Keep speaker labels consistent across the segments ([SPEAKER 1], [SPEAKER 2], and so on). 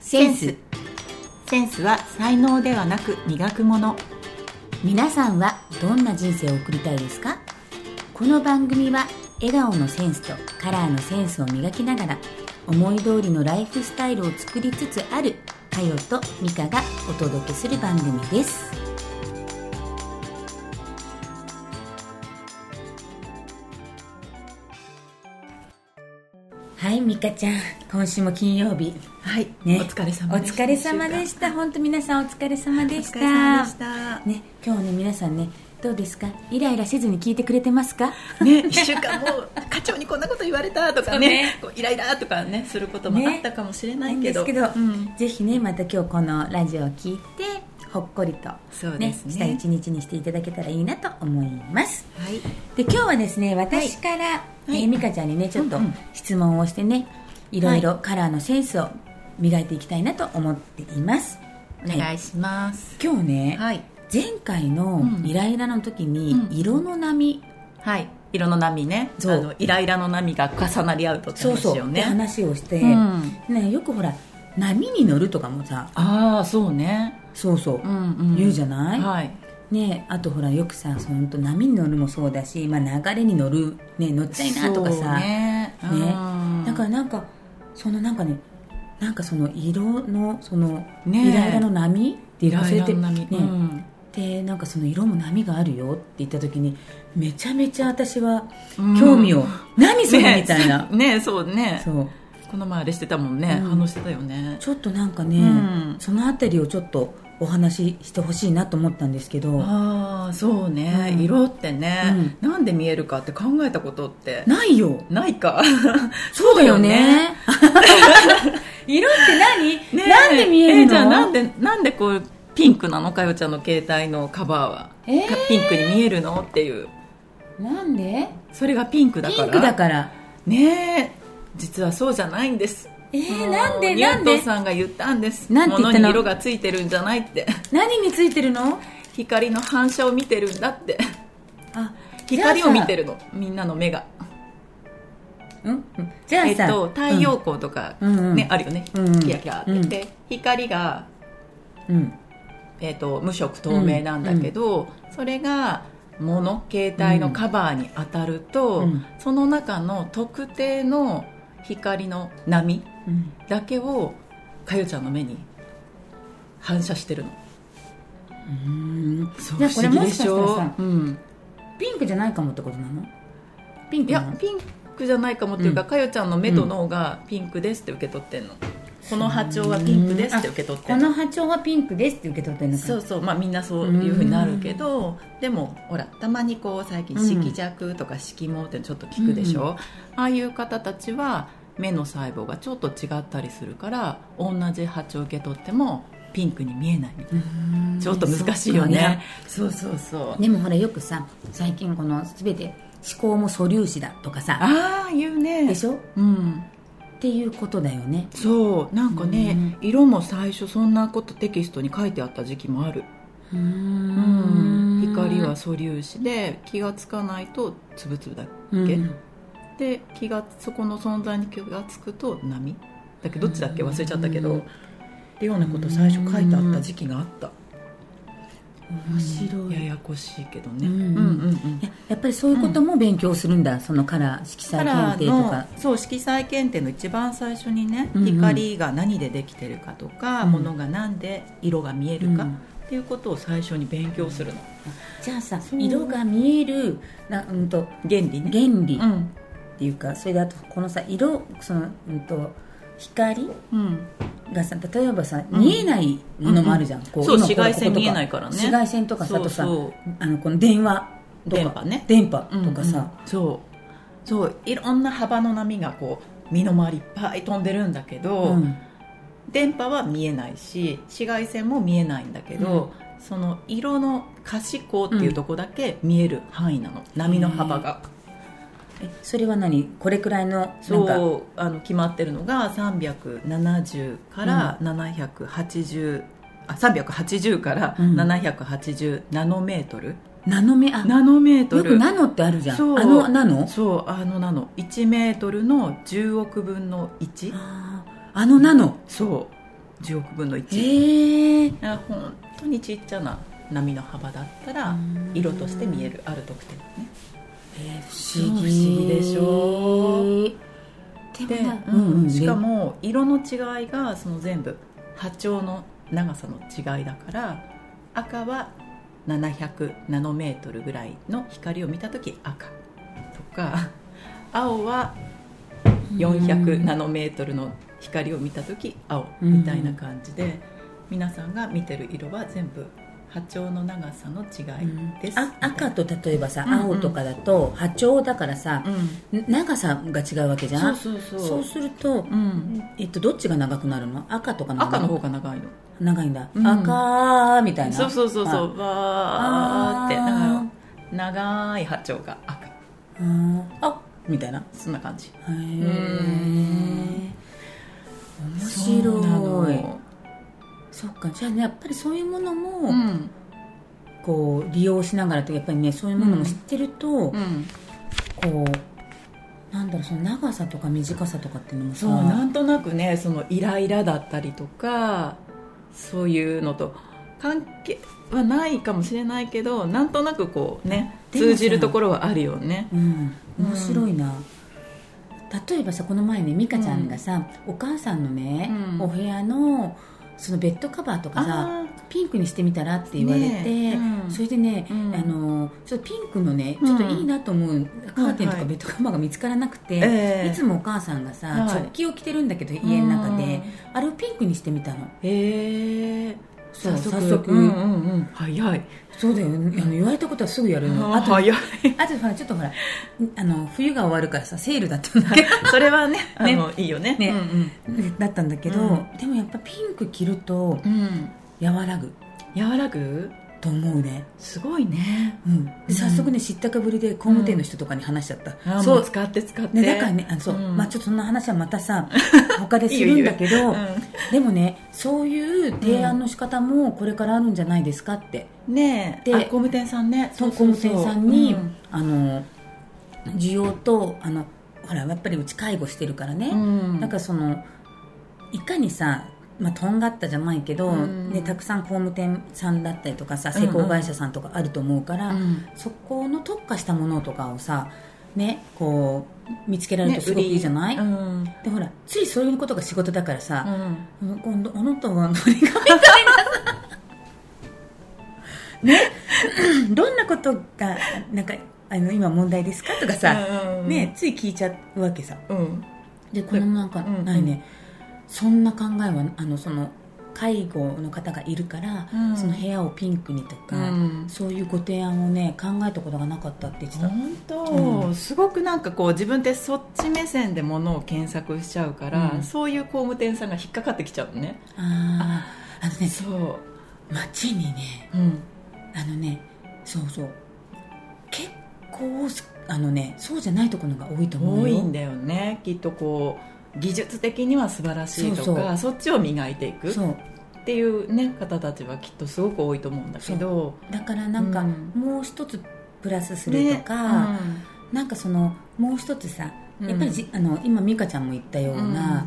[SPEAKER 1] センス
[SPEAKER 2] センスは才能ではなく磨くもの
[SPEAKER 1] 皆さんはどんな人生を送りたいですかこの番組は笑顔のセンスとカラーのセンスを磨きながら思い通りのライフスタイルを作りつつあるかよとミカがお届けする番組ですはいミカちゃん今週も金曜日
[SPEAKER 2] はい、
[SPEAKER 1] ね
[SPEAKER 2] お疲れ様
[SPEAKER 1] お
[SPEAKER 2] でした
[SPEAKER 1] 疲れ様でした本当皆さんお疲れ様で
[SPEAKER 2] 一
[SPEAKER 1] した
[SPEAKER 2] 週間お疲れ様でしたね
[SPEAKER 1] ね今日ね皆さんねどうですかイライラせずに聞いてくれてますか
[SPEAKER 2] 一週間もう課長にこんなこと言われたとかねこうイライラとかねすることもあったかもしれないけど、
[SPEAKER 1] ねなんですけど
[SPEAKER 2] うん
[SPEAKER 1] ぜひねまた今日このラジオを聞いてほっこりと、ね
[SPEAKER 2] そうですね
[SPEAKER 1] した一日にしていただけたらいいなと思います
[SPEAKER 2] はい
[SPEAKER 1] で今日はですね私から、
[SPEAKER 2] い
[SPEAKER 1] えー美香ちゃんにねちょっと
[SPEAKER 2] うんうん
[SPEAKER 1] 質問をしてねいろいろカラーのセンスを磨いていきたいなと思っています、
[SPEAKER 2] お
[SPEAKER 1] は
[SPEAKER 2] 願
[SPEAKER 1] い
[SPEAKER 2] いします
[SPEAKER 1] 今日ね、
[SPEAKER 2] はい
[SPEAKER 1] 前回のイライラの時に
[SPEAKER 2] うん
[SPEAKER 1] 色の波、
[SPEAKER 2] はい色の波ね
[SPEAKER 1] そう
[SPEAKER 2] あのイライラの波が重なり合うとって
[SPEAKER 1] そう
[SPEAKER 2] 話
[SPEAKER 1] そう
[SPEAKER 2] よ
[SPEAKER 1] って
[SPEAKER 2] ね
[SPEAKER 1] 話をして、
[SPEAKER 2] うん
[SPEAKER 1] ね、よくほら波に乗るとかもさ
[SPEAKER 2] ああそうね
[SPEAKER 1] そうそう、
[SPEAKER 2] んう
[SPEAKER 1] 言うじゃ
[SPEAKER 2] な
[SPEAKER 1] ない、
[SPEAKER 2] はい
[SPEAKER 1] ね、あとほらよくさそのと波に乗るもそうだし、まあ、流れに乗る、ね、乗っちゃいなとか
[SPEAKER 2] そう
[SPEAKER 1] さ、
[SPEAKER 2] ね
[SPEAKER 1] ね
[SPEAKER 2] うん
[SPEAKER 1] だからなんかそのなんかねなんかその色のその
[SPEAKER 2] ねえ
[SPEAKER 1] イライラの波って
[SPEAKER 2] イ
[SPEAKER 1] 忘
[SPEAKER 2] ライ
[SPEAKER 1] れ
[SPEAKER 2] ラ
[SPEAKER 1] て
[SPEAKER 2] の波、
[SPEAKER 1] ね
[SPEAKER 2] うん
[SPEAKER 1] でなんかその色も波があるよって言った時にめちゃめちゃ私は
[SPEAKER 2] うん
[SPEAKER 1] 興味を、何それ
[SPEAKER 2] ね
[SPEAKER 1] みたいな、
[SPEAKER 2] ねそうね
[SPEAKER 1] そう
[SPEAKER 2] この前あれしてたもんね、
[SPEAKER 1] うん
[SPEAKER 2] 反応してたよね
[SPEAKER 1] ちょっとなんかね、
[SPEAKER 2] うん
[SPEAKER 1] そのあたりをちょっとお話ししてほしいなと思ったんですけど
[SPEAKER 2] ああそうね、
[SPEAKER 1] うん
[SPEAKER 2] 色ってね、なんで見えるかって考えたことって
[SPEAKER 1] ないよ
[SPEAKER 2] ない か
[SPEAKER 1] そうだよ
[SPEAKER 2] ね
[SPEAKER 1] ね。 色って何、
[SPEAKER 2] ねえ
[SPEAKER 1] なんで見えるの、
[SPEAKER 2] えじゃあなんでなんでこうピンクなのかよちゃんの携帯のカバーは、
[SPEAKER 1] えー
[SPEAKER 2] かピンクに見えるのっていう
[SPEAKER 1] なんで
[SPEAKER 2] それがピンクだから
[SPEAKER 1] ピンクだから。
[SPEAKER 2] ねえ実はそうじゃないんです
[SPEAKER 1] えー、
[SPEAKER 2] もう
[SPEAKER 1] なんで
[SPEAKER 2] ニュ
[SPEAKER 1] なん
[SPEAKER 2] ートン
[SPEAKER 1] で
[SPEAKER 2] さんが言ったんです
[SPEAKER 1] なんて言ったの
[SPEAKER 2] 物に色がついてるんじゃないって
[SPEAKER 1] 何についてるの
[SPEAKER 2] 光の反射を見てるんだって
[SPEAKER 1] あ、
[SPEAKER 2] 光を見て
[SPEAKER 1] る。
[SPEAKER 2] るのみんなの目が
[SPEAKER 1] うんじゃあさ、
[SPEAKER 2] えっと、太陽光とか、
[SPEAKER 1] うんうんうん
[SPEAKER 2] ねあるよね、
[SPEAKER 1] うん
[SPEAKER 2] キラキラって、
[SPEAKER 1] うん
[SPEAKER 2] で光が、
[SPEAKER 1] うん、うん
[SPEAKER 2] えっと無色透明なんだけど、それが物携帯のカバーに当たると、
[SPEAKER 1] うん
[SPEAKER 2] その中の特定の光の波
[SPEAKER 1] うん
[SPEAKER 2] だけをかよちゃんの目に反射してるの
[SPEAKER 1] うん
[SPEAKER 2] そう
[SPEAKER 1] じゃあ
[SPEAKER 2] 不
[SPEAKER 1] これ
[SPEAKER 2] 思議
[SPEAKER 1] も
[SPEAKER 2] で
[SPEAKER 1] しかし
[SPEAKER 2] し
[SPEAKER 1] たら
[SPEAKER 2] ょ
[SPEAKER 1] さ、
[SPEAKER 2] うん、
[SPEAKER 1] ピンクじゃないかもってことなのピン
[SPEAKER 2] い
[SPEAKER 1] クな
[SPEAKER 2] や
[SPEAKER 1] の
[SPEAKER 2] ピンクじゃないかもっていうか、
[SPEAKER 1] うん
[SPEAKER 2] かよちゃんの目と脳がピンクですって受け取ってんのこの波長はピンクですって受け取って
[SPEAKER 1] こ
[SPEAKER 2] んの
[SPEAKER 1] の波長はピンクですって受け取ってるのか
[SPEAKER 2] そうそうまあみんなそういうふうになるけど、でもほらたまにこう最近色弱とか色盲ってちょっと聞くでしょ、ああいう方たちは目の細胞がちょっと違ったりするから同じ波長を受け取ってもピンクに見えないみたいな、
[SPEAKER 1] うん
[SPEAKER 2] ちょっと難しいよねそうそうそう
[SPEAKER 1] でもほらよくさ最近この全て思考も素粒子だとかさ
[SPEAKER 2] ああ言うね
[SPEAKER 1] でしょっ
[SPEAKER 2] うん
[SPEAKER 1] ていうことだよね
[SPEAKER 2] そうなんかね、色も最初そんなことテキストに書いてあった時期もある、
[SPEAKER 1] う
[SPEAKER 2] うん
[SPEAKER 1] ん
[SPEAKER 2] 光は素粒子で気がつかないとつぶつぶだっけ、
[SPEAKER 1] うん
[SPEAKER 2] で気がそこの存在に気がつくと波だけどどっちだっけ忘れちゃったけど、
[SPEAKER 1] うん
[SPEAKER 2] っていうようなこと最初書いてあった時期があった、
[SPEAKER 1] 面白い
[SPEAKER 2] ややこしいけどね、
[SPEAKER 1] うん
[SPEAKER 2] うんうんうん
[SPEAKER 1] ややっぱりそういうことも勉強するんだ、そのカラー色彩
[SPEAKER 2] カラ
[SPEAKER 1] 検
[SPEAKER 2] ー
[SPEAKER 1] 定とか
[SPEAKER 2] のそう色彩検定の一番最初にね、
[SPEAKER 1] うんうん
[SPEAKER 2] 光が何でできてるかとか、
[SPEAKER 1] うん
[SPEAKER 2] 物が何で色が見えるか、
[SPEAKER 1] うん
[SPEAKER 2] っていうことを最初に勉強するの
[SPEAKER 1] じゃあさ
[SPEAKER 2] そう
[SPEAKER 1] 色が見えるな、うん、と
[SPEAKER 2] 原理ね
[SPEAKER 1] 原理
[SPEAKER 2] う
[SPEAKER 1] っ
[SPEAKER 2] ん
[SPEAKER 1] ていうか、それであとこのさ色その、うん、と光
[SPEAKER 2] うん
[SPEAKER 1] がさ例えばさ、
[SPEAKER 2] うん
[SPEAKER 1] 見えないものもあるじゃん、こ
[SPEAKER 2] そう
[SPEAKER 1] 今
[SPEAKER 2] 紫外線
[SPEAKER 1] ここと
[SPEAKER 2] 見えないからね
[SPEAKER 1] 紫外線とかさあとさ
[SPEAKER 2] そう
[SPEAKER 1] あのこの電話とか
[SPEAKER 2] 電波ね
[SPEAKER 1] 電波とかさ、
[SPEAKER 2] うんうんそうそういろんな幅の波がこう身の回りいっぱい飛んでるんだけど、
[SPEAKER 1] うん
[SPEAKER 2] 電波は見えないし紫外線も見えないんだけど、その色の可視光っていうとこだけ見える範囲なの、波の幅が
[SPEAKER 1] えそれは何これくらいのなんか
[SPEAKER 2] そうあの決まってるのが370から780、あ380から
[SPEAKER 1] うん
[SPEAKER 2] 780ナノメートル、
[SPEAKER 1] ナノメあ
[SPEAKER 2] ナノメート
[SPEAKER 1] よく
[SPEAKER 2] ル
[SPEAKER 1] ナノってあるじゃん
[SPEAKER 2] そう
[SPEAKER 1] あのナノ
[SPEAKER 2] そうあのナノ1メートルの10億分の1
[SPEAKER 1] あーあのナノ
[SPEAKER 2] そう10億分の1、
[SPEAKER 1] へえ
[SPEAKER 2] だから本当にちっちゃな波の幅だったら
[SPEAKER 1] うん
[SPEAKER 2] 色として見えるある特典がね
[SPEAKER 1] 不
[SPEAKER 2] 不思議でしょ
[SPEAKER 1] でも
[SPEAKER 2] で
[SPEAKER 1] な、
[SPEAKER 2] うん
[SPEAKER 1] うん
[SPEAKER 2] しかも色の違いがその全部波長の長さの違いだから赤は700ナノメートルぐらいの光を見た時赤とか青は400ナノメートルの光を見た時青
[SPEAKER 1] うん
[SPEAKER 2] みたいな感じで、皆さんが見てる色は全部波長の長さの違いです、
[SPEAKER 1] あ赤と例えばさ
[SPEAKER 2] うんうん
[SPEAKER 1] 青とかだと波長だからさ、
[SPEAKER 2] うん
[SPEAKER 1] 長さが違うわけじゃん
[SPEAKER 2] そうそうそう
[SPEAKER 1] そうすると、
[SPEAKER 2] うん、
[SPEAKER 1] えっと、どっちが長くなるの赤とかの
[SPEAKER 2] 赤の方が長いの
[SPEAKER 1] 長いんだ、
[SPEAKER 2] うん
[SPEAKER 1] 赤みたいな
[SPEAKER 2] そうそうそうそうわーってだ
[SPEAKER 1] あ
[SPEAKER 2] から長い波長が赤
[SPEAKER 1] ううんあみたいな
[SPEAKER 2] そんな感じ
[SPEAKER 1] へえ
[SPEAKER 2] ん
[SPEAKER 1] 面
[SPEAKER 2] そうな
[SPEAKER 1] 白い
[SPEAKER 2] の
[SPEAKER 1] そっかじゃあねやっぱりそういうものも、
[SPEAKER 2] うん
[SPEAKER 1] こう利用しながらとやっぱりねそういうものも知ってると、
[SPEAKER 2] うん
[SPEAKER 1] こうなんだろうその長さとか短さとかっていうのもさ
[SPEAKER 2] そうなんとなくねそのイライラだったりとかそういうのと関係はないかもしれないけどなんとなくこうね
[SPEAKER 1] でもさ
[SPEAKER 2] 通じるところはあるよね
[SPEAKER 1] うん、面白いな、例えばさこの前ね美香ちゃんがさ、お母さんのね、
[SPEAKER 2] うん
[SPEAKER 1] お部屋のそのベッドカバーとかさ
[SPEAKER 2] あ
[SPEAKER 1] ピンクにしてみたらって言われて、
[SPEAKER 2] ねえうん
[SPEAKER 1] それでね、
[SPEAKER 2] うん
[SPEAKER 1] あのちょっとピンクのねちょっといいなと思う、カーテンとか
[SPEAKER 2] はいはい
[SPEAKER 1] ベッドカバーが見つからなくて、
[SPEAKER 2] え
[SPEAKER 1] い
[SPEAKER 2] え
[SPEAKER 1] つもお母さんがさ、
[SPEAKER 2] はい
[SPEAKER 1] 直帰を着てるんだけど家の中で、
[SPEAKER 2] うん
[SPEAKER 1] あれをピンクにしてみたの
[SPEAKER 2] へえ
[SPEAKER 1] そう早速
[SPEAKER 2] うんうんうん早い
[SPEAKER 1] そうだよねあの言われたことはすぐやるの
[SPEAKER 2] あ
[SPEAKER 1] あと
[SPEAKER 2] 早い
[SPEAKER 1] あとほらちょっとほらんあの冬が終わるからさセールだったんだけど
[SPEAKER 2] それはねあのいいよね
[SPEAKER 1] ね
[SPEAKER 2] うんう ん
[SPEAKER 1] だったんだけど、
[SPEAKER 2] うん
[SPEAKER 1] でもやっぱピンク着ると
[SPEAKER 2] うん、
[SPEAKER 1] 和らぐ
[SPEAKER 2] 柔らぐ
[SPEAKER 1] と思うね、
[SPEAKER 2] すごいね
[SPEAKER 1] うん、で早速ね知ったかぶりで工務店の人とかに話しちゃった、そ
[SPEAKER 2] そ
[SPEAKER 1] うう
[SPEAKER 2] 使って使って、
[SPEAKER 1] ね、だからねあそう、
[SPEAKER 2] うん
[SPEAKER 1] まあ、ちょっとそんな話はまた さ他でするんだけど
[SPEAKER 2] う
[SPEAKER 1] でもねそういう提案の仕方もこれからあるんじゃないですかって、
[SPEAKER 2] ん、ねえ
[SPEAKER 1] で
[SPEAKER 2] あ工務店さんね
[SPEAKER 1] そう工務店さんに、
[SPEAKER 2] うん
[SPEAKER 1] あの需要とあのほらやっぱりうち介護してるからね、
[SPEAKER 2] うん
[SPEAKER 1] なんかそのいかにさ、まあ、とんがったじゃないけど、
[SPEAKER 2] うん
[SPEAKER 1] ね、たくさん工務店さんだったりとかさ
[SPEAKER 2] うんう
[SPEAKER 1] 施
[SPEAKER 2] ん
[SPEAKER 1] 工会社さんとかあると思うから、
[SPEAKER 2] うん
[SPEAKER 1] そこの特化したものとかをさ、ね、こう見つけられると
[SPEAKER 2] ね
[SPEAKER 1] すごくいいじゃない、
[SPEAKER 2] うん
[SPEAKER 1] でほらついそういうことが仕事だから
[SPEAKER 2] う
[SPEAKER 1] さ、
[SPEAKER 2] ん
[SPEAKER 1] うん今度あなたは何かみたいなさ ね どんなことがなんかあの今問題ですかとかさ、
[SPEAKER 2] うん
[SPEAKER 1] ね、つい聞いちゃうわけさ
[SPEAKER 2] うん
[SPEAKER 1] でこのなんか
[SPEAKER 2] うん
[SPEAKER 1] ないね、そんな考えはあのその介護の方がいるから、
[SPEAKER 2] うん
[SPEAKER 1] その部屋をピンクにとか、
[SPEAKER 2] うん
[SPEAKER 1] そういうご提案をね考えたことがなかったって言ってた、
[SPEAKER 2] 本当、
[SPEAKER 1] うん
[SPEAKER 2] すごくなんかこう自分ってそっち目線でものを検索しちゃうから、
[SPEAKER 1] うん
[SPEAKER 2] そういう工務店さんが引っかかってきちゃうのね
[SPEAKER 1] あーあのね
[SPEAKER 2] そ
[SPEAKER 1] 街にね
[SPEAKER 2] う、うん、
[SPEAKER 1] あのねそうそう結構すあのねそうじゃないところが多いと思
[SPEAKER 2] 多
[SPEAKER 1] うよ
[SPEAKER 2] いんだよねきっとこう技術的には素晴らしいとか
[SPEAKER 1] そ
[SPEAKER 2] そう
[SPEAKER 1] そう
[SPEAKER 2] っちを磨いていくっ
[SPEAKER 1] そう
[SPEAKER 2] ていう、ね、方たちはきっとすごく多いと思うんだけど
[SPEAKER 1] だからなんか、
[SPEAKER 2] うん
[SPEAKER 1] もう一つプラスするとか、
[SPEAKER 2] ね
[SPEAKER 1] なんかそのもう一つさ
[SPEAKER 2] うん
[SPEAKER 1] やっぱりじ、あの今美香ちゃんも言ったような、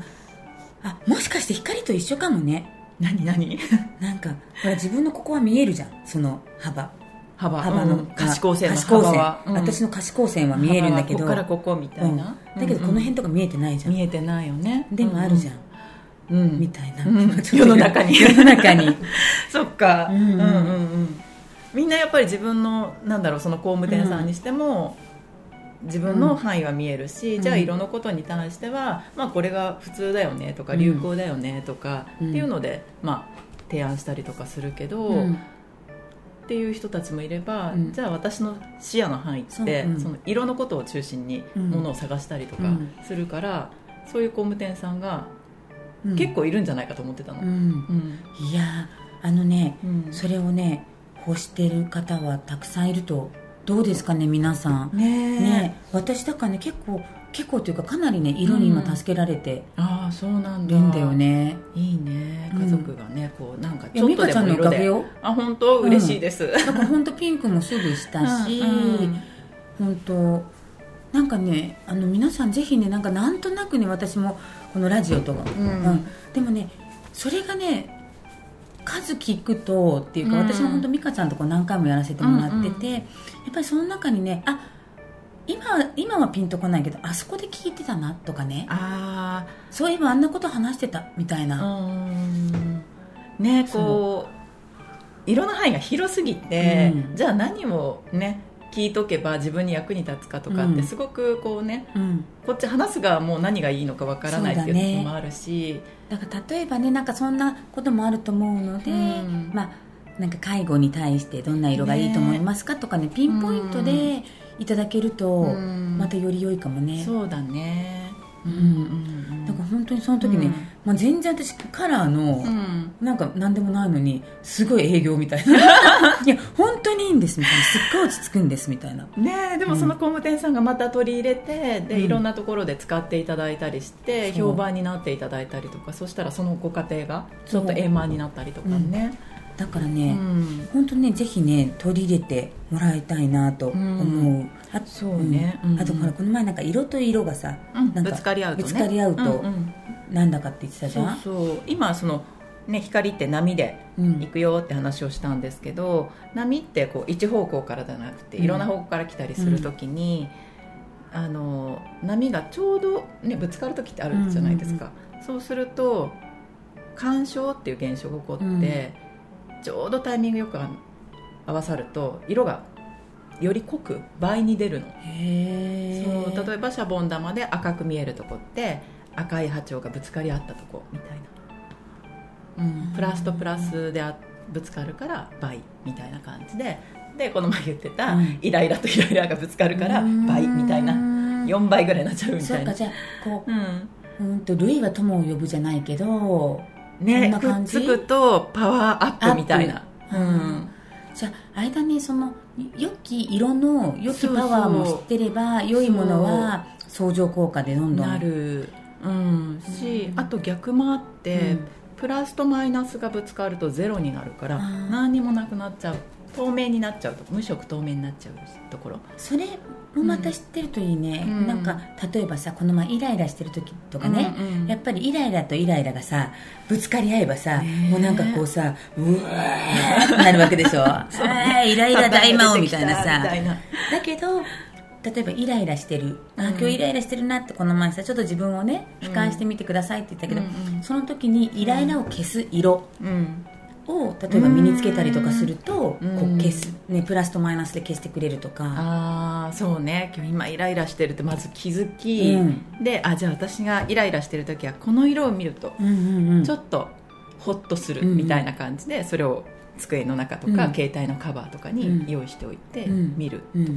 [SPEAKER 1] あもしかして光と一緒かもね
[SPEAKER 2] うん何何
[SPEAKER 1] なんかほら自分のここは見えるじゃんその幅
[SPEAKER 2] 幅
[SPEAKER 1] 幅の、
[SPEAKER 2] うん可視光線の
[SPEAKER 1] 可視光
[SPEAKER 2] 幅
[SPEAKER 1] 線
[SPEAKER 2] は、うん
[SPEAKER 1] 私の可視光線は見えるんだけど
[SPEAKER 2] 幅はここからここみたいな、
[SPEAKER 1] うんだけどこの辺とか見えてないじゃん、
[SPEAKER 2] 見えてないよね
[SPEAKER 1] でもあるじゃん、
[SPEAKER 2] うん、うん
[SPEAKER 1] みたいな、
[SPEAKER 2] うん
[SPEAKER 1] ちょっと
[SPEAKER 2] 世の中に
[SPEAKER 1] 世の中に
[SPEAKER 2] そっか、
[SPEAKER 1] うんうん
[SPEAKER 2] うんうんみんなやっぱり自分のなんだろうその工務店さんにしても、自分の範囲は見えるし、
[SPEAKER 1] うん
[SPEAKER 2] じゃあ色のことに対しては、まあ、これが普通だよねとか
[SPEAKER 1] うん
[SPEAKER 2] 流行だよねとか、
[SPEAKER 1] うん
[SPEAKER 2] っていうので、まあ、提案したりとかするけど、
[SPEAKER 1] うん
[SPEAKER 2] っていう人たちもいれば、
[SPEAKER 1] うん
[SPEAKER 2] じゃあ私の視野の範囲ってそ
[SPEAKER 1] そう,、うん
[SPEAKER 2] の色のことを中心に
[SPEAKER 1] うん
[SPEAKER 2] ものを探したりとか
[SPEAKER 1] うん
[SPEAKER 2] するから、そういう工務店さんが
[SPEAKER 1] うん
[SPEAKER 2] 結構いるんじゃないかと思ってたの。
[SPEAKER 1] う
[SPEAKER 2] うん
[SPEAKER 1] んいやーあのね
[SPEAKER 2] うん
[SPEAKER 1] それをね欲してる方はたくさんいるとどうですかね皆さん
[SPEAKER 2] ねえ
[SPEAKER 1] ね、私だからね結構結構というかかなりね色に今
[SPEAKER 2] うん
[SPEAKER 1] 助けられて
[SPEAKER 2] ああそうなんだ
[SPEAKER 1] るんだよね、
[SPEAKER 2] いいね
[SPEAKER 1] うん
[SPEAKER 2] 家族がね、こうなんか
[SPEAKER 1] い
[SPEAKER 2] ち
[SPEAKER 1] や
[SPEAKER 2] ょっ
[SPEAKER 1] 美
[SPEAKER 2] と
[SPEAKER 1] 香
[SPEAKER 2] で
[SPEAKER 1] ちゃん
[SPEAKER 2] も
[SPEAKER 1] のお
[SPEAKER 2] 色
[SPEAKER 1] かげ
[SPEAKER 2] で
[SPEAKER 1] よ
[SPEAKER 2] あ本当
[SPEAKER 1] うん
[SPEAKER 2] 嬉しいです、
[SPEAKER 1] だから本当ピンクもすぐしたし
[SPEAKER 2] うん
[SPEAKER 1] 本当なんかねあの皆さんぜひねなんかなんとなくね私もこのラジオとか、
[SPEAKER 2] うん
[SPEAKER 1] でもねそれがね数聞くとっていうか、
[SPEAKER 2] うん
[SPEAKER 1] 私も本当美香ちゃんとこう何回もやらせてもらってて、
[SPEAKER 2] うんうん
[SPEAKER 1] やっぱりその中にねあ今は今はピンとこないけどあそこで聞いてたなとかね
[SPEAKER 2] あ
[SPEAKER 1] そういえばあんなこと話してたみたい
[SPEAKER 2] あう
[SPEAKER 1] な、
[SPEAKER 2] んねこう色の範囲が広すぎて、
[SPEAKER 1] うん
[SPEAKER 2] じゃあ何をね聞いとけば自分に役に立つかとかっ
[SPEAKER 1] うん
[SPEAKER 2] てすごくこうね、
[SPEAKER 1] うん、
[SPEAKER 2] こっち話すがもう何がいいのかわからないっていう時もあるし、
[SPEAKER 1] だから例えばねなんかそんなこともあると思うので、
[SPEAKER 2] うん
[SPEAKER 1] まあなんか介護に対してどんな色がいいと思いますかとかねピンポイントでいただけると
[SPEAKER 2] うん
[SPEAKER 1] またより良いかもね、
[SPEAKER 2] そうだね
[SPEAKER 1] う
[SPEAKER 2] うんんうん
[SPEAKER 1] だから本当にその時ね、
[SPEAKER 2] うん
[SPEAKER 1] まあ、全然私カラーの、
[SPEAKER 2] うん
[SPEAKER 1] なんか何でもないのにすごい営業みたい ないや本当にいいんですみたいなすっごい落ち着くんですみたいな
[SPEAKER 2] ねえで
[SPEAKER 1] う
[SPEAKER 2] も
[SPEAKER 1] ん
[SPEAKER 2] その工務店さんがまた取り入れて、
[SPEAKER 1] う
[SPEAKER 2] で
[SPEAKER 1] ん
[SPEAKER 2] いろんなところで使っていただいたりして、
[SPEAKER 1] そう
[SPEAKER 2] 評判になっていただいたりとかそしたらそのご家庭がち
[SPEAKER 1] そ
[SPEAKER 2] ょ
[SPEAKER 1] う
[SPEAKER 2] っと円満になったりとかね、
[SPEAKER 1] だから
[SPEAKER 2] う
[SPEAKER 1] ね、
[SPEAKER 2] ん
[SPEAKER 1] 本当ねぜひね取り入れてもらいたいなと思う、
[SPEAKER 2] うん
[SPEAKER 1] あ
[SPEAKER 2] そうね
[SPEAKER 1] うん
[SPEAKER 2] うん
[SPEAKER 1] あとほらこの前なんか色と色がさ、
[SPEAKER 2] うん
[SPEAKER 1] なんか
[SPEAKER 2] ぶつかり合うとね
[SPEAKER 1] ぶつかり合うと
[SPEAKER 2] んん
[SPEAKER 1] なんだかって言ってたじ
[SPEAKER 2] そう
[SPEAKER 1] ゃん
[SPEAKER 2] そう今その、ね、光って波で
[SPEAKER 1] うん
[SPEAKER 2] 行くよって話をしたんですけど波ってこう一方向からじゃなくて
[SPEAKER 1] うん
[SPEAKER 2] いろんな方向から来たりするときに、あの波がちょうど、ね、ぶつかる時ってあるじゃないですか、そうすると干渉っていう現象が起こって、
[SPEAKER 1] うん
[SPEAKER 2] ちょうどタイミングよくあ合わさると色がより濃く倍に出るの、
[SPEAKER 1] へ
[SPEAKER 2] そ
[SPEAKER 1] ー
[SPEAKER 2] う例えばシャボン玉で赤く見えるとこって赤い波長がぶつかり合ったとこみたいな。
[SPEAKER 1] うん
[SPEAKER 2] プラスとプラスであぶつかるから倍みたいな感じででこの前言ってた、
[SPEAKER 1] うん
[SPEAKER 2] イライラとイライラがぶつかるから倍みたいな
[SPEAKER 1] な
[SPEAKER 2] 4倍ぐらいになっちゃうみ
[SPEAKER 1] そ
[SPEAKER 2] た
[SPEAKER 1] う
[SPEAKER 2] い
[SPEAKER 1] か
[SPEAKER 2] な
[SPEAKER 1] じゃあこ
[SPEAKER 2] うん
[SPEAKER 1] ううんと類は友を呼ぶじゃないけどそん
[SPEAKER 2] ね
[SPEAKER 1] な
[SPEAKER 2] くっ
[SPEAKER 1] 感じ
[SPEAKER 2] つくとパワーアップみたいな
[SPEAKER 1] アップうんじゃあ間にその良き色の良きパワーも知ってれば良いものは相乗効果でど
[SPEAKER 2] うんん
[SPEAKER 1] どん
[SPEAKER 2] なる、うん、し、
[SPEAKER 1] うん
[SPEAKER 2] あと逆もあって、
[SPEAKER 1] うん
[SPEAKER 2] プラスとマイナスがぶつかるとゼロになるから
[SPEAKER 1] あー
[SPEAKER 2] 何にもなくなっちゃう透明になっちゃうと無色透明になっちゃうところ
[SPEAKER 1] それもまた知ってるといいね、
[SPEAKER 2] うん
[SPEAKER 1] なんか例えばさこの前イライラしてる時とかね、
[SPEAKER 2] うんうん
[SPEAKER 1] やっぱりイライラとイライラがさぶつかり合えばさ、
[SPEAKER 2] ねえ
[SPEAKER 1] もうなんかこうさうわーってなるわけでしょ
[SPEAKER 2] そうね
[SPEAKER 1] あーイライラ大魔王みたいな
[SPEAKER 2] 出てき
[SPEAKER 1] さ
[SPEAKER 2] みたいな
[SPEAKER 1] だけど例えばイライラしてる、あ
[SPEAKER 2] うん
[SPEAKER 1] 今日イライラしてるなってこの前さちょっと自分をね俯瞰してみてくださいって言ったけど、
[SPEAKER 2] うんうん
[SPEAKER 1] その時にイライラを消す色
[SPEAKER 2] うん
[SPEAKER 1] を例えば身につけたりとかすると、
[SPEAKER 2] うん
[SPEAKER 1] こう消す、ね、プラスとマイナスで消してくれるとか、
[SPEAKER 2] ああそうね今日今イライラしてるってまず気づき、
[SPEAKER 1] うん
[SPEAKER 2] であじゃあ私がイライラしてる時はこの色を見ると
[SPEAKER 1] うんうんうん、
[SPEAKER 2] ちょっとホッとする
[SPEAKER 1] うんうん
[SPEAKER 2] みたいな感じで、それを机の中とか、
[SPEAKER 1] うん
[SPEAKER 2] 携帯のカバーとか
[SPEAKER 1] うん
[SPEAKER 2] に用意しておいて
[SPEAKER 1] うん
[SPEAKER 2] 見る、
[SPEAKER 1] うん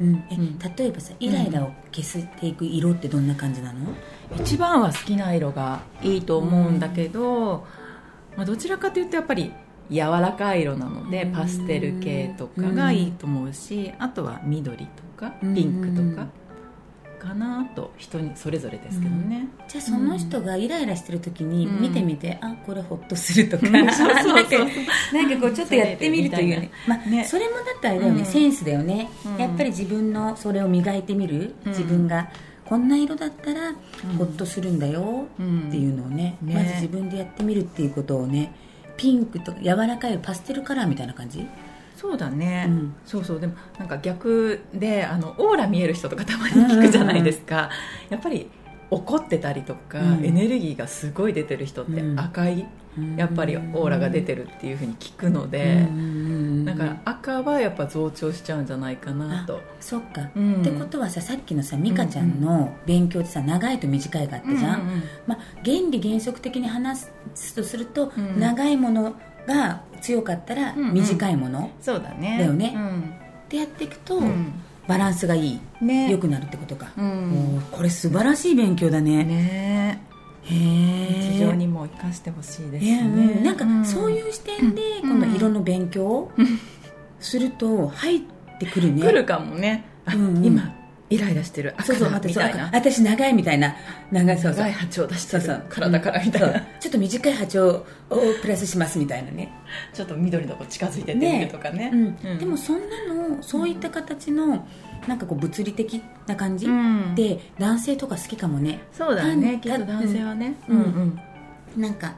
[SPEAKER 1] うんえ
[SPEAKER 2] うん
[SPEAKER 1] 例えばさイライラを消していく色ってどんな感じなの、
[SPEAKER 2] 一番は好きな色がいいと思うんだけど、まあ、どちらかというとやっぱり柔らかい色なので、
[SPEAKER 1] うん
[SPEAKER 2] パステル系とかがいいと思うし、あとは緑とか
[SPEAKER 1] うん
[SPEAKER 2] ピンクとかかなと人にそれぞれですけどね、
[SPEAKER 1] じゃあその人がイライラしてる時に
[SPEAKER 2] うん
[SPEAKER 1] 見てみて、あこれホッとするとか、
[SPEAKER 2] うん
[SPEAKER 1] なんか
[SPEAKER 2] そうそうそう
[SPEAKER 1] なんかこうちょっとやってみるというねまあ
[SPEAKER 2] ね
[SPEAKER 1] それもだってあれだよね、
[SPEAKER 2] うん
[SPEAKER 1] センスだよね、
[SPEAKER 2] うん
[SPEAKER 1] やっぱり自分のそれを磨いてみる、
[SPEAKER 2] うん
[SPEAKER 1] 自分がこんな色だったらホッとするんだよ
[SPEAKER 2] うん
[SPEAKER 1] っていうのをね,、
[SPEAKER 2] うんね
[SPEAKER 1] まず自分でやってみるっていうことをねピンクとか柔らかいパステルカラーみたいな感じ
[SPEAKER 2] そうだね、
[SPEAKER 1] うん
[SPEAKER 2] そうそうでもなんか逆であのオーラ見える人とかたまに聞くじゃないですか、やっぱり怒ってたりとか、
[SPEAKER 1] うん
[SPEAKER 2] エネルギーがすごい出てる人って
[SPEAKER 1] うん
[SPEAKER 2] 赤い、やっぱりオーラが出てるっていうふうに聞くので、だから赤はやっぱ増長しちゃうんじゃないかなと、
[SPEAKER 1] そっか、
[SPEAKER 2] うん
[SPEAKER 1] ってことはささっきのさ美香ちゃんの勉強ってさ長いと短いがあったじゃん、
[SPEAKER 2] うんうんうん
[SPEAKER 1] まあ、原理原則的に話すとすると、
[SPEAKER 2] うん
[SPEAKER 1] 長いものが強かったら
[SPEAKER 2] うんうん
[SPEAKER 1] 短いもの、
[SPEAKER 2] そうだね
[SPEAKER 1] だよね
[SPEAKER 2] うん
[SPEAKER 1] ってやっていくと、
[SPEAKER 2] うん
[SPEAKER 1] バランスがいい
[SPEAKER 2] ね
[SPEAKER 1] 良くなるってことか、
[SPEAKER 2] うん
[SPEAKER 1] おーこれ素晴らしい勉強だね
[SPEAKER 2] ね
[SPEAKER 1] へ
[SPEAKER 2] 日
[SPEAKER 1] え
[SPEAKER 2] 常にも生かしてほしいです
[SPEAKER 1] いや
[SPEAKER 2] ね、
[SPEAKER 1] うんなんかそう
[SPEAKER 2] う
[SPEAKER 1] いう視点でこ
[SPEAKER 2] うん
[SPEAKER 1] の色の勉強をすると入ってくるね
[SPEAKER 2] 来るかもね、あ
[SPEAKER 1] うんうん
[SPEAKER 2] 今イライラしてる赤
[SPEAKER 1] そうそうまた
[SPEAKER 2] み
[SPEAKER 1] そう
[SPEAKER 2] たいな
[SPEAKER 1] 私長いみたいな長いそうそう
[SPEAKER 2] 長い波長出して
[SPEAKER 1] そう
[SPEAKER 2] る
[SPEAKER 1] そう
[SPEAKER 2] 体からみたいな、
[SPEAKER 1] そうちょっと短い波長をプラスしますみたいなね、
[SPEAKER 2] ちょっと緑のとこ近づいてってみるとかね
[SPEAKER 1] うん
[SPEAKER 2] うん
[SPEAKER 1] でもそんなのそういった形のなんかこう物理的な感じ、
[SPEAKER 2] うん
[SPEAKER 1] で男性とか好きかもね
[SPEAKER 2] そうだ
[SPEAKER 1] 単
[SPEAKER 2] ねきっと男性はね、
[SPEAKER 1] うんうんなんか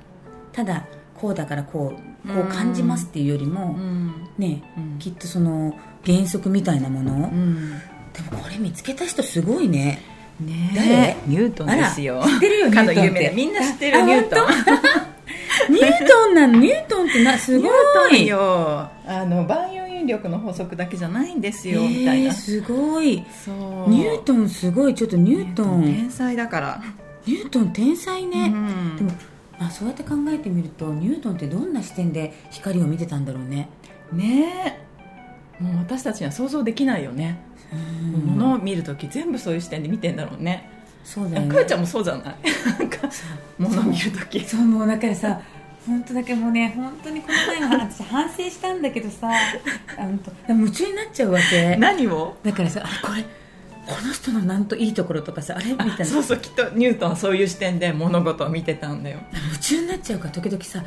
[SPEAKER 1] ただこうだからこうこう感じますっていうよりも、
[SPEAKER 2] ん
[SPEAKER 1] ね
[SPEAKER 2] うん
[SPEAKER 1] きっとその原則みたいなもの、
[SPEAKER 2] うん
[SPEAKER 1] でもこれ見つけた人すごい ね
[SPEAKER 2] ねえニュートンですよ
[SPEAKER 1] 知ってるよニュ
[SPEAKER 2] か
[SPEAKER 1] ートン
[SPEAKER 2] の
[SPEAKER 1] って
[SPEAKER 2] 有名なみんな知ってる
[SPEAKER 1] あ
[SPEAKER 2] ニュートン
[SPEAKER 1] ニュートンなのニュートンってなすごい
[SPEAKER 2] ニュートンよあの万有引力の法則だけじゃないんですよ、みたい
[SPEAKER 1] えー
[SPEAKER 2] な
[SPEAKER 1] すごい
[SPEAKER 2] そう
[SPEAKER 1] ニュートンすごいちょっとニュートン
[SPEAKER 2] 天才だから
[SPEAKER 1] ニュートン天才
[SPEAKER 2] う
[SPEAKER 1] ね、
[SPEAKER 2] ん
[SPEAKER 1] でも、まあ、そうやって考えてみるとニュートンってどんな視点で光を見てたんだろうね、
[SPEAKER 2] ねえもう私たちには想像できないよね、ものを見るとき全部そういう視点で見てんだろうね
[SPEAKER 1] そうだ
[SPEAKER 2] か
[SPEAKER 1] よ
[SPEAKER 2] よ
[SPEAKER 1] ね
[SPEAKER 2] ちゃんもそうじゃないなんかものを見るとき
[SPEAKER 1] そうもうだからさ本当だけどもうね本当にこの前の話反省したんだけどさあの夢中になっちゃうわけ
[SPEAKER 2] 何を
[SPEAKER 1] だからさあれこれこの人のなんといいところとかさあれみたいな
[SPEAKER 2] そうそうきっとニュートンはそういう視点で物事を見てたんだよ
[SPEAKER 1] 夢中になっちゃうから時々さ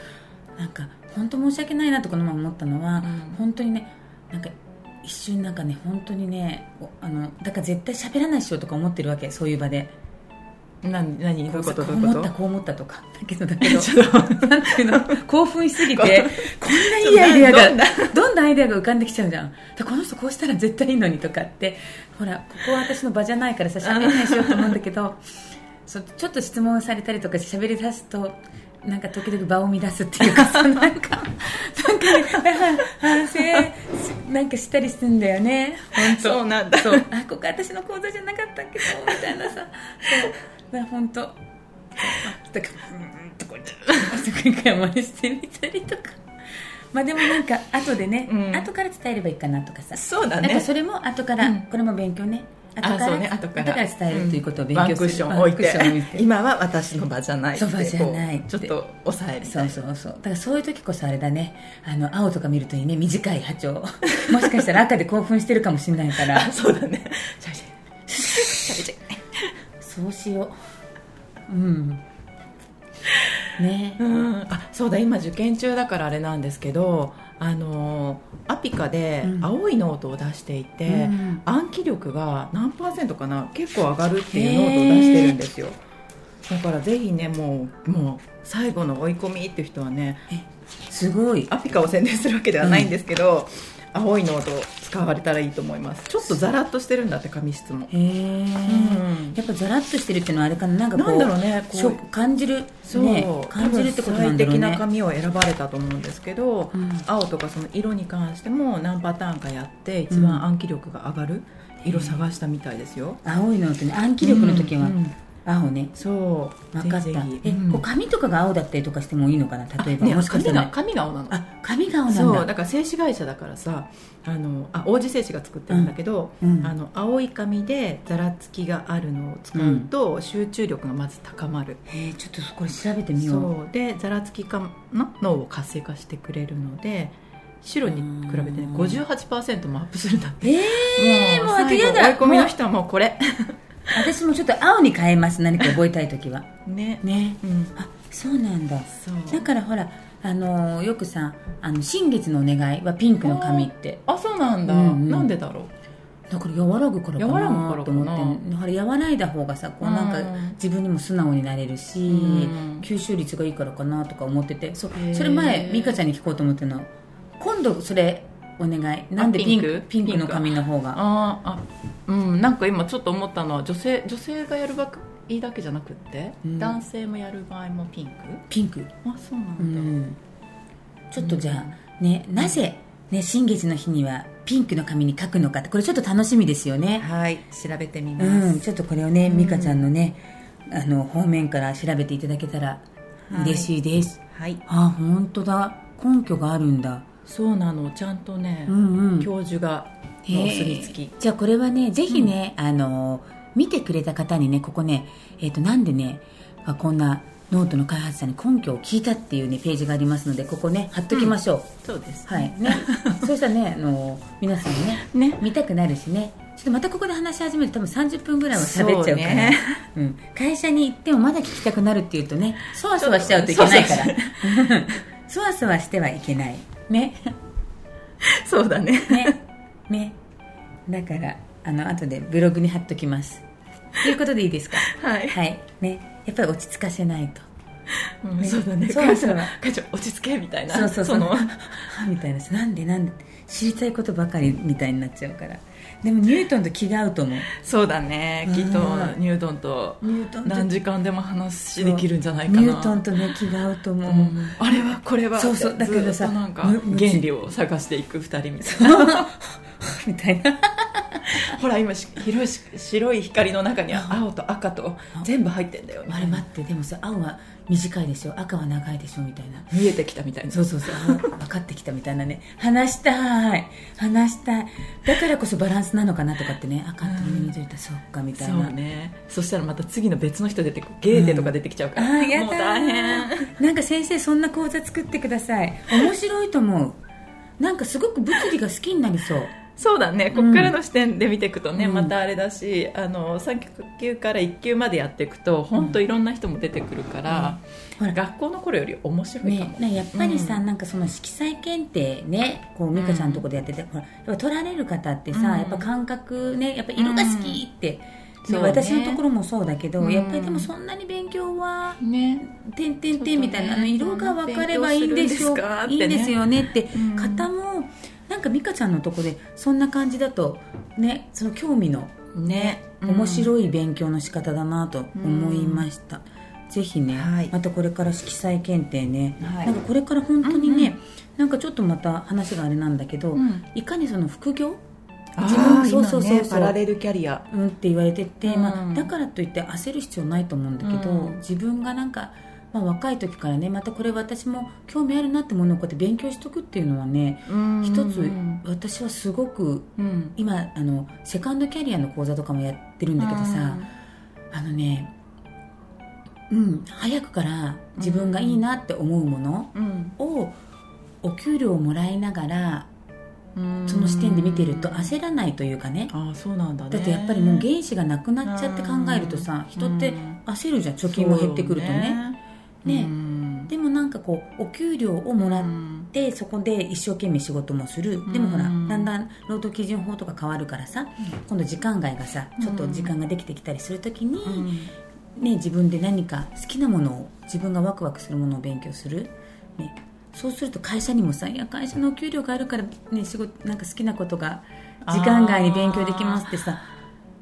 [SPEAKER 1] なんか本当申し訳ないなとこのまま思ったのは、
[SPEAKER 2] うん
[SPEAKER 1] 本当にねなんか一瞬なんかね本当にねおあのだから絶対喋らないしようとか思ってるわけそういう場で
[SPEAKER 2] 何何どういうこと
[SPEAKER 1] こ
[SPEAKER 2] ど
[SPEAKER 1] う
[SPEAKER 2] ういう
[SPEAKER 1] 思
[SPEAKER 2] こ
[SPEAKER 1] った
[SPEAKER 2] と
[SPEAKER 1] こう思ったとかだけどだけ ど
[SPEAKER 2] ちょっと
[SPEAKER 1] なんていうの興奮しすぎ
[SPEAKER 2] こ
[SPEAKER 1] てこんないいアイデア
[SPEAKER 2] どん
[SPEAKER 1] が
[SPEAKER 2] な
[SPEAKER 1] どんなアイデアが浮かんできちゃうじゃんでこの人こうしたら絶対いいのにとかってほらここは私の場じゃないからさ喋れないしようと思うんだけどそうちょっと質問されたりとか喋り出すとなんか時々場を乱すって いうかさなんかなんか、ね、反省なんかしたりするんだよね本当
[SPEAKER 2] そうなんだ
[SPEAKER 1] そうあここ私の講座じゃなかったけどみたいなさそう本 当とかうーんとか言ってそこに我慢してみたりとかまあでもなんか後でね、
[SPEAKER 2] うん
[SPEAKER 1] 後から伝えればいいかなとかさ、
[SPEAKER 2] そうだ
[SPEAKER 1] なんか
[SPEAKER 2] ね
[SPEAKER 1] それも後から、
[SPEAKER 2] うん
[SPEAKER 1] これも勉強ね後か
[SPEAKER 2] あ
[SPEAKER 1] ら
[SPEAKER 2] そうね後から
[SPEAKER 1] 伝えるということを勉
[SPEAKER 2] ワ
[SPEAKER 1] 強
[SPEAKER 2] ン
[SPEAKER 1] す
[SPEAKER 2] ク
[SPEAKER 1] る
[SPEAKER 2] ッション置いて
[SPEAKER 1] ワンクッション置いて
[SPEAKER 2] 今は私の場じゃないって
[SPEAKER 1] そう場じゃない
[SPEAKER 2] こうちょっと抑える
[SPEAKER 1] そうそうそうだからそういう時こそあれだねあの青とか見るといいね短い波長 もしかしたら赤で興奮してるかもしれないから
[SPEAKER 2] あそうだねじゃあじゃ
[SPEAKER 1] そうしよううんね
[SPEAKER 2] あうんあそうだ今受験中だからあれなんですけどあのーアピカで
[SPEAKER 1] うん
[SPEAKER 2] 青いノートを出していて、
[SPEAKER 1] うん
[SPEAKER 2] 暗記力が何パーセントかな結構上がるっていうノートを出してるんですよだからぜひねもうもう最後の追い込みっていう人はね
[SPEAKER 1] すごい
[SPEAKER 2] アピカを宣伝するわけではないんですけど、青いノートを使われたらいいと思いますちょっとザラッとしてるんだって紙質も、
[SPEAKER 1] へえ、
[SPEAKER 2] うん
[SPEAKER 1] やっぱザラッとしてるっていうのはあれかななんかこう
[SPEAKER 2] なんだろうねこう
[SPEAKER 1] しょ感じる
[SPEAKER 2] そう、
[SPEAKER 1] ね感じるってことなんだろう
[SPEAKER 2] 多分最適な
[SPEAKER 1] ね
[SPEAKER 2] 紙を選ばれたと思うんですけど、
[SPEAKER 1] うん
[SPEAKER 2] 青とかその色に関しても何パターンかやって一番暗記力が上がる色探したみたいですよ、
[SPEAKER 1] 青いのとね暗記力の時は
[SPEAKER 2] うん
[SPEAKER 1] 青ね、
[SPEAKER 2] そう
[SPEAKER 1] 分かった
[SPEAKER 2] ぜひぜひ
[SPEAKER 1] え、
[SPEAKER 2] うん
[SPEAKER 1] こう髪とかが青だったりとかしてもいいのかな例えば、
[SPEAKER 2] ね
[SPEAKER 1] もしかしたら
[SPEAKER 2] 髪が髪が青なの
[SPEAKER 1] あ髪が青なん
[SPEAKER 2] そ
[SPEAKER 1] だ
[SPEAKER 2] うだから製紙会社だからさあのあ王子製紙が作ってるんだけど、
[SPEAKER 1] うん
[SPEAKER 2] あの青い紙でざらつきがあるのを使うと集中力がまず高まる、
[SPEAKER 1] えーちょっとこれ調べてみよう
[SPEAKER 2] そうでざらつきかな脳を活性化してくれるので白に比べてね
[SPEAKER 1] うん
[SPEAKER 2] 58%もアップするんだって
[SPEAKER 1] えー、もう
[SPEAKER 2] 最後
[SPEAKER 1] やだ
[SPEAKER 2] 追い込み
[SPEAKER 1] も
[SPEAKER 2] の
[SPEAKER 1] う
[SPEAKER 2] 人はもうこれ
[SPEAKER 1] 私もちょっと青に変えます何か覚えたい時は
[SPEAKER 2] ね
[SPEAKER 1] ね
[SPEAKER 2] うん
[SPEAKER 1] あそうなんだ
[SPEAKER 2] そう
[SPEAKER 1] だからほらあのーよくさあの新月のお願いはピンクの髪って
[SPEAKER 2] あそうなんだ、
[SPEAKER 1] うんうん
[SPEAKER 2] なんでだろう
[SPEAKER 1] だから和らぐからか
[SPEAKER 2] 和らぐか
[SPEAKER 1] な
[SPEAKER 2] ら
[SPEAKER 1] と
[SPEAKER 2] か
[SPEAKER 1] 思
[SPEAKER 2] な
[SPEAKER 1] ってだから和らいだ方がさこうなんか
[SPEAKER 2] うん
[SPEAKER 1] 自分にも素直になれるし、
[SPEAKER 2] うん
[SPEAKER 1] 吸収率がいいからかなとか思っててそう
[SPEAKER 2] へー
[SPEAKER 1] それ前美香ちゃんに聞こうと思っての今度それお願いなんで
[SPEAKER 2] あ
[SPEAKER 1] ピ
[SPEAKER 2] ピ
[SPEAKER 1] ン
[SPEAKER 2] ン
[SPEAKER 1] ク
[SPEAKER 2] ク
[SPEAKER 1] ピンク
[SPEAKER 2] ピン
[SPEAKER 1] の
[SPEAKER 2] ク
[SPEAKER 1] 髪の方が
[SPEAKER 2] あーあうんなんか今ちょっと思ったのは女性女性がやる場合だけじゃなくって、
[SPEAKER 1] うん
[SPEAKER 2] 男性もやる場合もピンク
[SPEAKER 1] ピンク、
[SPEAKER 2] あそうなん
[SPEAKER 1] う
[SPEAKER 2] だ、
[SPEAKER 1] ん、ちょっとじゃあねなぜ、ね、新月の日にはピンクの髪に書くのかってこれちょっと楽しみですよね
[SPEAKER 2] はい調べてみ
[SPEAKER 1] うん、ちょっとこれをね、
[SPEAKER 2] うん
[SPEAKER 1] 美香ちゃんのね、あの方面から調べていただけたら
[SPEAKER 2] はい
[SPEAKER 1] 嬉しいです。
[SPEAKER 2] はい
[SPEAKER 1] あ、本当だ。根拠があるんだ。
[SPEAKER 2] そうなのちゃんとね、
[SPEAKER 1] うんうん。
[SPEAKER 2] 教授が
[SPEAKER 1] へ
[SPEAKER 2] の
[SPEAKER 1] ー
[SPEAKER 2] お墨付き
[SPEAKER 1] じゃあこれはね、ぜひね、あの見てくれた方にね、ここね、えっ、となんでね、あこんなノートの開発者に根拠を聞いたっていうねページがありますので、ここね貼っときましょう。
[SPEAKER 2] そうです
[SPEAKER 1] はいね。 そうしたらね、あの皆さんね、
[SPEAKER 2] ね
[SPEAKER 1] 見たくなるしねちょっとまたここで話し始めると多分30分ぐらいは喋っちゃうから
[SPEAKER 2] そうね
[SPEAKER 1] うん、会社に行ってもまだ聞きたくなるっていうとねそわそわしちゃうといけないから
[SPEAKER 2] そう
[SPEAKER 1] そわそわしてはいけないね
[SPEAKER 2] そうだね
[SPEAKER 1] ねねだからあの後でブログに貼っときますということでいいですか
[SPEAKER 2] はい
[SPEAKER 1] はいねやっぱり落ち着かせないと
[SPEAKER 2] うんそうだね
[SPEAKER 1] そう
[SPEAKER 2] 母
[SPEAKER 1] そ
[SPEAKER 2] ちゃ
[SPEAKER 1] うん
[SPEAKER 2] 母ちゃん落ち着けみたいな
[SPEAKER 1] そうそう
[SPEAKER 2] の
[SPEAKER 1] そ みたいななんでなんで知りたいことばかりみたいになっちゃうからでもニュートンと気が合うと思う
[SPEAKER 2] そうだねきっと
[SPEAKER 1] うん
[SPEAKER 2] ニュートンと
[SPEAKER 1] ニュートンと
[SPEAKER 2] 何時間でも話できるんじゃないかな
[SPEAKER 1] ニュートンとね気が合うと思う、
[SPEAKER 2] うんあれはこれは
[SPEAKER 1] そうそう
[SPEAKER 2] って
[SPEAKER 1] だけどさ
[SPEAKER 2] ずっとなんか
[SPEAKER 1] むむ
[SPEAKER 2] 原理を探していく二人みたいな
[SPEAKER 1] みたいな
[SPEAKER 2] ほら今し広いし白い光の中に青と赤と全部入ってんだよみ
[SPEAKER 1] あ
[SPEAKER 2] た
[SPEAKER 1] れ
[SPEAKER 2] いな
[SPEAKER 1] 待ってでもさ青は短いでしょ赤は長いでしょみたいな
[SPEAKER 2] 見えてきたみたいな
[SPEAKER 1] そうそうそうあ分かってきたみたいなね話したい話したいだからこそバランスなのかなとかってね赤と緑とそっかみたい
[SPEAKER 2] そ
[SPEAKER 1] な、
[SPEAKER 2] うねそしたらまた次の別の人出てくるゲーテとか出てきちゃう
[SPEAKER 1] あ
[SPEAKER 2] から、
[SPEAKER 1] ーや
[SPEAKER 2] もう
[SPEAKER 1] だ
[SPEAKER 2] 大変
[SPEAKER 1] ーなんか先生そんな講座作ってください面白いと思うなんかすごく物理が好きになりそう
[SPEAKER 2] そうだねこっからの視点で見ていくとね、
[SPEAKER 1] うん
[SPEAKER 2] またあれだしあの3級から1級までやっていくと本当いろんな人も出てくるから、
[SPEAKER 1] ほら
[SPEAKER 2] 学校の頃より面白いかも、
[SPEAKER 1] ね、ねやっぱりさ、
[SPEAKER 2] うん
[SPEAKER 1] なんかその色彩検定ねこう美香ちゃんのとこでやってて、ほらやっぱ取られる方ってさ、
[SPEAKER 2] うん
[SPEAKER 1] やっぱ感覚ねやっぱ色が好きって、
[SPEAKER 2] うん
[SPEAKER 1] ね
[SPEAKER 2] そうね
[SPEAKER 1] 私のところもそうだけど、
[SPEAKER 2] うん
[SPEAKER 1] やっぱりでもそんなに勉強は。
[SPEAKER 2] ね
[SPEAKER 1] てんてんてんみたいな、あの
[SPEAKER 2] ちょ
[SPEAKER 1] 色
[SPEAKER 2] っとね
[SPEAKER 1] が分かればいいんでしょう
[SPEAKER 2] 勉強するんですかって
[SPEAKER 1] い
[SPEAKER 2] ね
[SPEAKER 1] いんですよねって、
[SPEAKER 2] うん
[SPEAKER 1] 方もなんか美香ちゃんのとこでそんな感じだとねその興味の
[SPEAKER 2] ね
[SPEAKER 1] 面
[SPEAKER 2] い、
[SPEAKER 1] 白い勉強の仕方だなと思いました、ぜひね、
[SPEAKER 2] はい
[SPEAKER 1] またこれから色彩検定ね、
[SPEAKER 2] はい
[SPEAKER 1] なんかこれから本当にね、なんかちょっとまた話があれなんだけど、
[SPEAKER 2] うん
[SPEAKER 1] いかにその副業
[SPEAKER 2] あ
[SPEAKER 1] 自分
[SPEAKER 2] あ
[SPEAKER 1] そうそうそうそう
[SPEAKER 2] 今ねパラレルキャリア
[SPEAKER 1] うんって言われてて、
[SPEAKER 2] うん
[SPEAKER 1] まあ、だからといって焦る必要ないと思うんだけど、
[SPEAKER 2] うん
[SPEAKER 1] 自分がなんか、まあ、若い時からねまたこれ私も興味あるなってものをこうやって勉強しとくっていうのはね一
[SPEAKER 2] 一
[SPEAKER 1] つ私はすごく
[SPEAKER 2] うん
[SPEAKER 1] 今あのセカンドキャリアの講座とかもやってるんだけどさ、あのねうん早くから自分がいいなって思うもの
[SPEAKER 2] うん
[SPEAKER 1] をお給料をもらいながら
[SPEAKER 2] うん
[SPEAKER 1] その視点で見てると焦らないというかね
[SPEAKER 2] ああそうなんだね
[SPEAKER 1] だってやっぱりもう原資がなくなっちゃって考えるとさ人って焦るじゃん貯金も減ってくるとね
[SPEAKER 2] そう
[SPEAKER 1] ね
[SPEAKER 2] よね
[SPEAKER 1] でもなんかこうお給料をもらっ
[SPEAKER 2] も
[SPEAKER 1] てそこで一生懸命仕事もするでもほら
[SPEAKER 2] うん
[SPEAKER 1] だんだん労働基準法とか変わるからさ今度時間外がさちょっと時間ができてきたりするときに、ね、自分で何か好きなものを自分がワクワクするものを勉強する、ね、そうすると会社にもさ「いや会社のお給料があるから、ね、仕事なんか好きなことが時間外に勉強できます」ってさ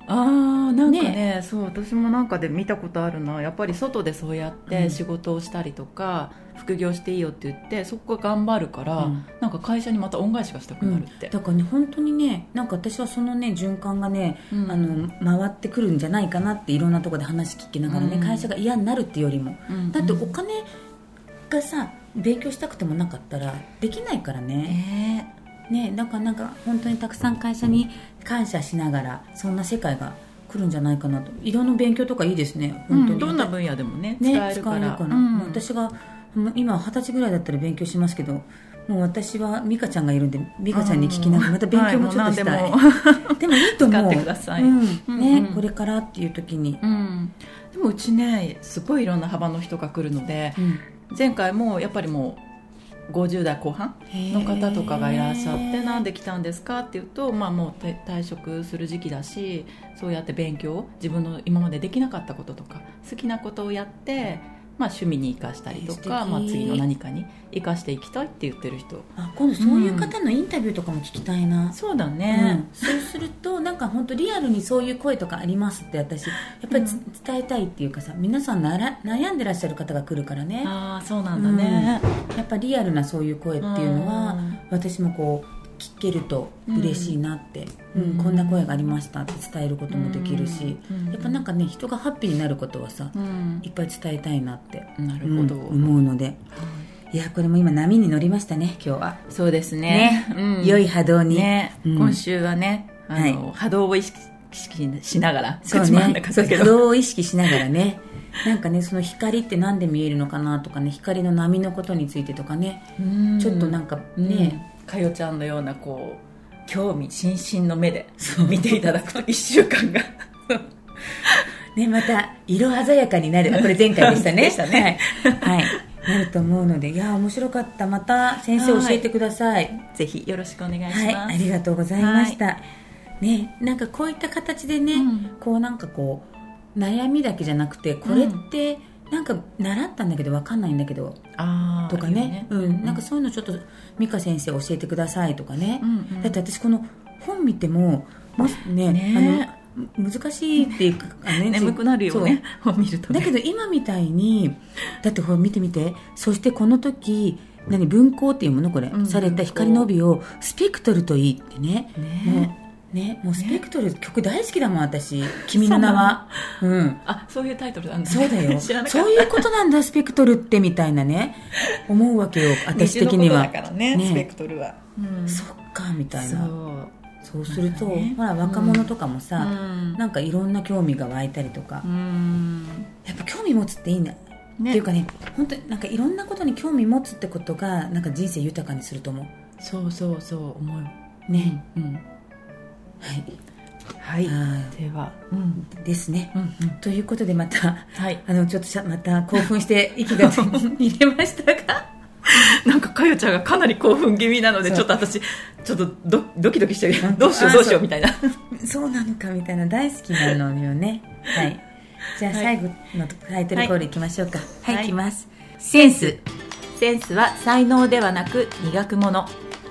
[SPEAKER 2] あーなんかねそう私もなんかで見たことあるなやっぱり外でそうやっ
[SPEAKER 1] うん
[SPEAKER 2] て仕事をしたりとか、副業していいよって言ってそこが頑張るから、
[SPEAKER 1] うん
[SPEAKER 2] なんか会社にまた恩返しがしたくなるって、
[SPEAKER 1] だからね本当にねなんか私はそのね循環がね、
[SPEAKER 2] うん
[SPEAKER 1] あの回ってくるんじゃないかなっていろんなところで話聞きながらね、
[SPEAKER 2] うん
[SPEAKER 1] 会社が嫌になるっていうよりも、
[SPEAKER 2] うん
[SPEAKER 1] だってお金がさ勉強したくてもなかったらできないからね
[SPEAKER 2] ね
[SPEAKER 1] ねだからなんか本当にたくさん会社に感謝しながらそんな世界が来るんじゃないかなと色の勉強とかいいですね
[SPEAKER 2] う
[SPEAKER 1] 本当に、
[SPEAKER 2] んどんな分野でもね
[SPEAKER 1] ね
[SPEAKER 2] 使えるから,、うん
[SPEAKER 1] もう私がもう今二十歳ぐらいだったら勉強しますけどもう私は美香ちゃんがいるんで美香ちゃんに聞きながらまた勉強もちょっとしたい、
[SPEAKER 2] はいもう何でも
[SPEAKER 1] でもいいと思う
[SPEAKER 2] 使ってください
[SPEAKER 1] うん
[SPEAKER 2] うん
[SPEAKER 1] ね
[SPEAKER 2] うん
[SPEAKER 1] これからっていう時に、
[SPEAKER 2] うん、でもうちねすごいいろんな幅の人が来るので
[SPEAKER 1] うん
[SPEAKER 2] 前回もやっぱりもう50代後半の方とかがいらっしゃっ
[SPEAKER 1] へ
[SPEAKER 2] て
[SPEAKER 1] ー
[SPEAKER 2] なんで来たんですかっていうと、まあ、もう退退職する時期だしそうやって勉強自分の今までできなかったこととか好きなことをやって、まあ、趣味に生かしたりと
[SPEAKER 1] えー素
[SPEAKER 2] か、
[SPEAKER 1] 敵
[SPEAKER 2] まあ、次の何かに生かしていきたいって言ってる人
[SPEAKER 1] あ今度そういう方のインタビューとかも聞きたいな、
[SPEAKER 2] そうだ
[SPEAKER 1] うん
[SPEAKER 2] ね、
[SPEAKER 1] そうするとなんか本当リアルにそういう声とかありますって私やっぱりつ、
[SPEAKER 2] うん
[SPEAKER 1] 伝えたいっていうかさ皆さんなら悩んでらっしゃる方が来るからね
[SPEAKER 2] ああそうなんだね、
[SPEAKER 1] やっぱリアルなそういう声っていうのは、
[SPEAKER 2] うん
[SPEAKER 1] 私もこう聞けると嬉しいなって、う
[SPEAKER 2] うんん
[SPEAKER 1] こんな声がありましたって伝えることもできるし、
[SPEAKER 2] うん
[SPEAKER 1] やっぱなんかね人がハッピーになることはさ、
[SPEAKER 2] うん
[SPEAKER 1] いっぱい伝えたいなって、
[SPEAKER 2] なるほど、
[SPEAKER 1] うん思うのでいやこれも今波に乗りましたね今日は、
[SPEAKER 2] そうですねうん
[SPEAKER 1] 良い波動に、
[SPEAKER 2] ね、
[SPEAKER 1] うん
[SPEAKER 2] 今週はねあの、波動を意識しながら
[SPEAKER 1] そう
[SPEAKER 2] 口もあんな
[SPEAKER 1] ね、
[SPEAKER 2] かっ
[SPEAKER 1] そ
[SPEAKER 2] た
[SPEAKER 1] う
[SPEAKER 2] け
[SPEAKER 1] 波
[SPEAKER 2] ど
[SPEAKER 1] 動を意識しながらねなんかねその光って何で見えるのかなとかね光の波のことについてとかね、
[SPEAKER 2] うん
[SPEAKER 1] ちょっとなんかね、
[SPEAKER 2] うんかよちゃんのようなこう興味津々の目で見ていただ くと1週間が
[SPEAKER 1] ねまた色鮮やかになるあこれ前回でしたね
[SPEAKER 2] でしたね
[SPEAKER 1] はい、はい、なると思うのでいやー面白かったまた先生教えてください
[SPEAKER 2] ぜひよろしくお願いします、
[SPEAKER 1] はい、ありがとうございました、ねなんかこういった形でね、
[SPEAKER 2] うん
[SPEAKER 1] こうなんかこう悩みだけじゃなくてこれってなんか習ったんだけどわかんないんだけど
[SPEAKER 2] あー
[SPEAKER 1] とかね
[SPEAKER 2] いいよ
[SPEAKER 1] うん、なんかそういうのちょっと美香先生教えてくださいとかね、
[SPEAKER 2] うんうん
[SPEAKER 1] だって私この本見てももしね
[SPEAKER 2] ね
[SPEAKER 1] あのむ難しいっていうか、あのね
[SPEAKER 2] 眠くなるよね本見ると
[SPEAKER 1] だ
[SPEAKER 2] ね
[SPEAKER 1] けど今みたいにだってほら見てみてそしてこの時何文庫っていうものこれ、
[SPEAKER 2] うん
[SPEAKER 1] された光の帯をスペクトルといいってね
[SPEAKER 2] ね
[SPEAKER 1] もうねもうスペクトル、曲大好きだもん私「君の名は」うん
[SPEAKER 2] あそういうタイトルなんだ
[SPEAKER 1] そうだよ
[SPEAKER 2] 知らなかった
[SPEAKER 1] そういうことなんだスペクトルってみたいなね思うわけ よ私的には
[SPEAKER 2] 虹のことだからね
[SPEAKER 1] ね
[SPEAKER 2] スペクトルは、うん
[SPEAKER 1] そっかみたいな
[SPEAKER 2] そう
[SPEAKER 1] そうすると、
[SPEAKER 2] なんかね
[SPEAKER 1] ほら若者とかも
[SPEAKER 2] う
[SPEAKER 1] さ、
[SPEAKER 2] ん
[SPEAKER 1] なんかいろんな興味が湧いたりとか、
[SPEAKER 2] うん
[SPEAKER 1] やっぱ興味持つっていいんだ
[SPEAKER 2] ね
[SPEAKER 1] っていうかね本当になんかいろんなことに興味持つってことがなんか人生豊かにすると思
[SPEAKER 2] そうそうそう思う
[SPEAKER 1] うね、
[SPEAKER 2] うんうんはい
[SPEAKER 1] は
[SPEAKER 2] ではうん
[SPEAKER 1] いですね、
[SPEAKER 2] うんうん
[SPEAKER 1] ということでまた
[SPEAKER 2] はい
[SPEAKER 1] あのちょっとしゃまた興奮して息が入れましたが
[SPEAKER 2] なんかかよちゃんがかなり興奮気味なので
[SPEAKER 1] そう
[SPEAKER 2] ちょっと私ちょっとドドキドキしてるどうしよ
[SPEAKER 1] あ
[SPEAKER 2] うどうし
[SPEAKER 1] そ
[SPEAKER 2] よ
[SPEAKER 1] う
[SPEAKER 2] うみたいな
[SPEAKER 1] そうなのかみたいな大好きなのよ ねはいじゃあ
[SPEAKER 2] はい
[SPEAKER 1] 最後のタイトルコールいきましょうかはい、、
[SPEAKER 2] はいい
[SPEAKER 1] きますセンス
[SPEAKER 2] センスは才能ではなく磨くもの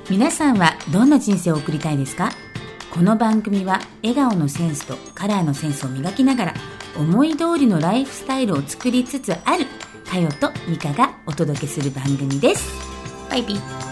[SPEAKER 1] 皆さんはどんな人生を送りたいですかこの番組は笑顔のセンスとカラーのセンスを磨きながら思い通りのライフスタイルを作りつつあるかよとミカがお届けする番組ですバイビー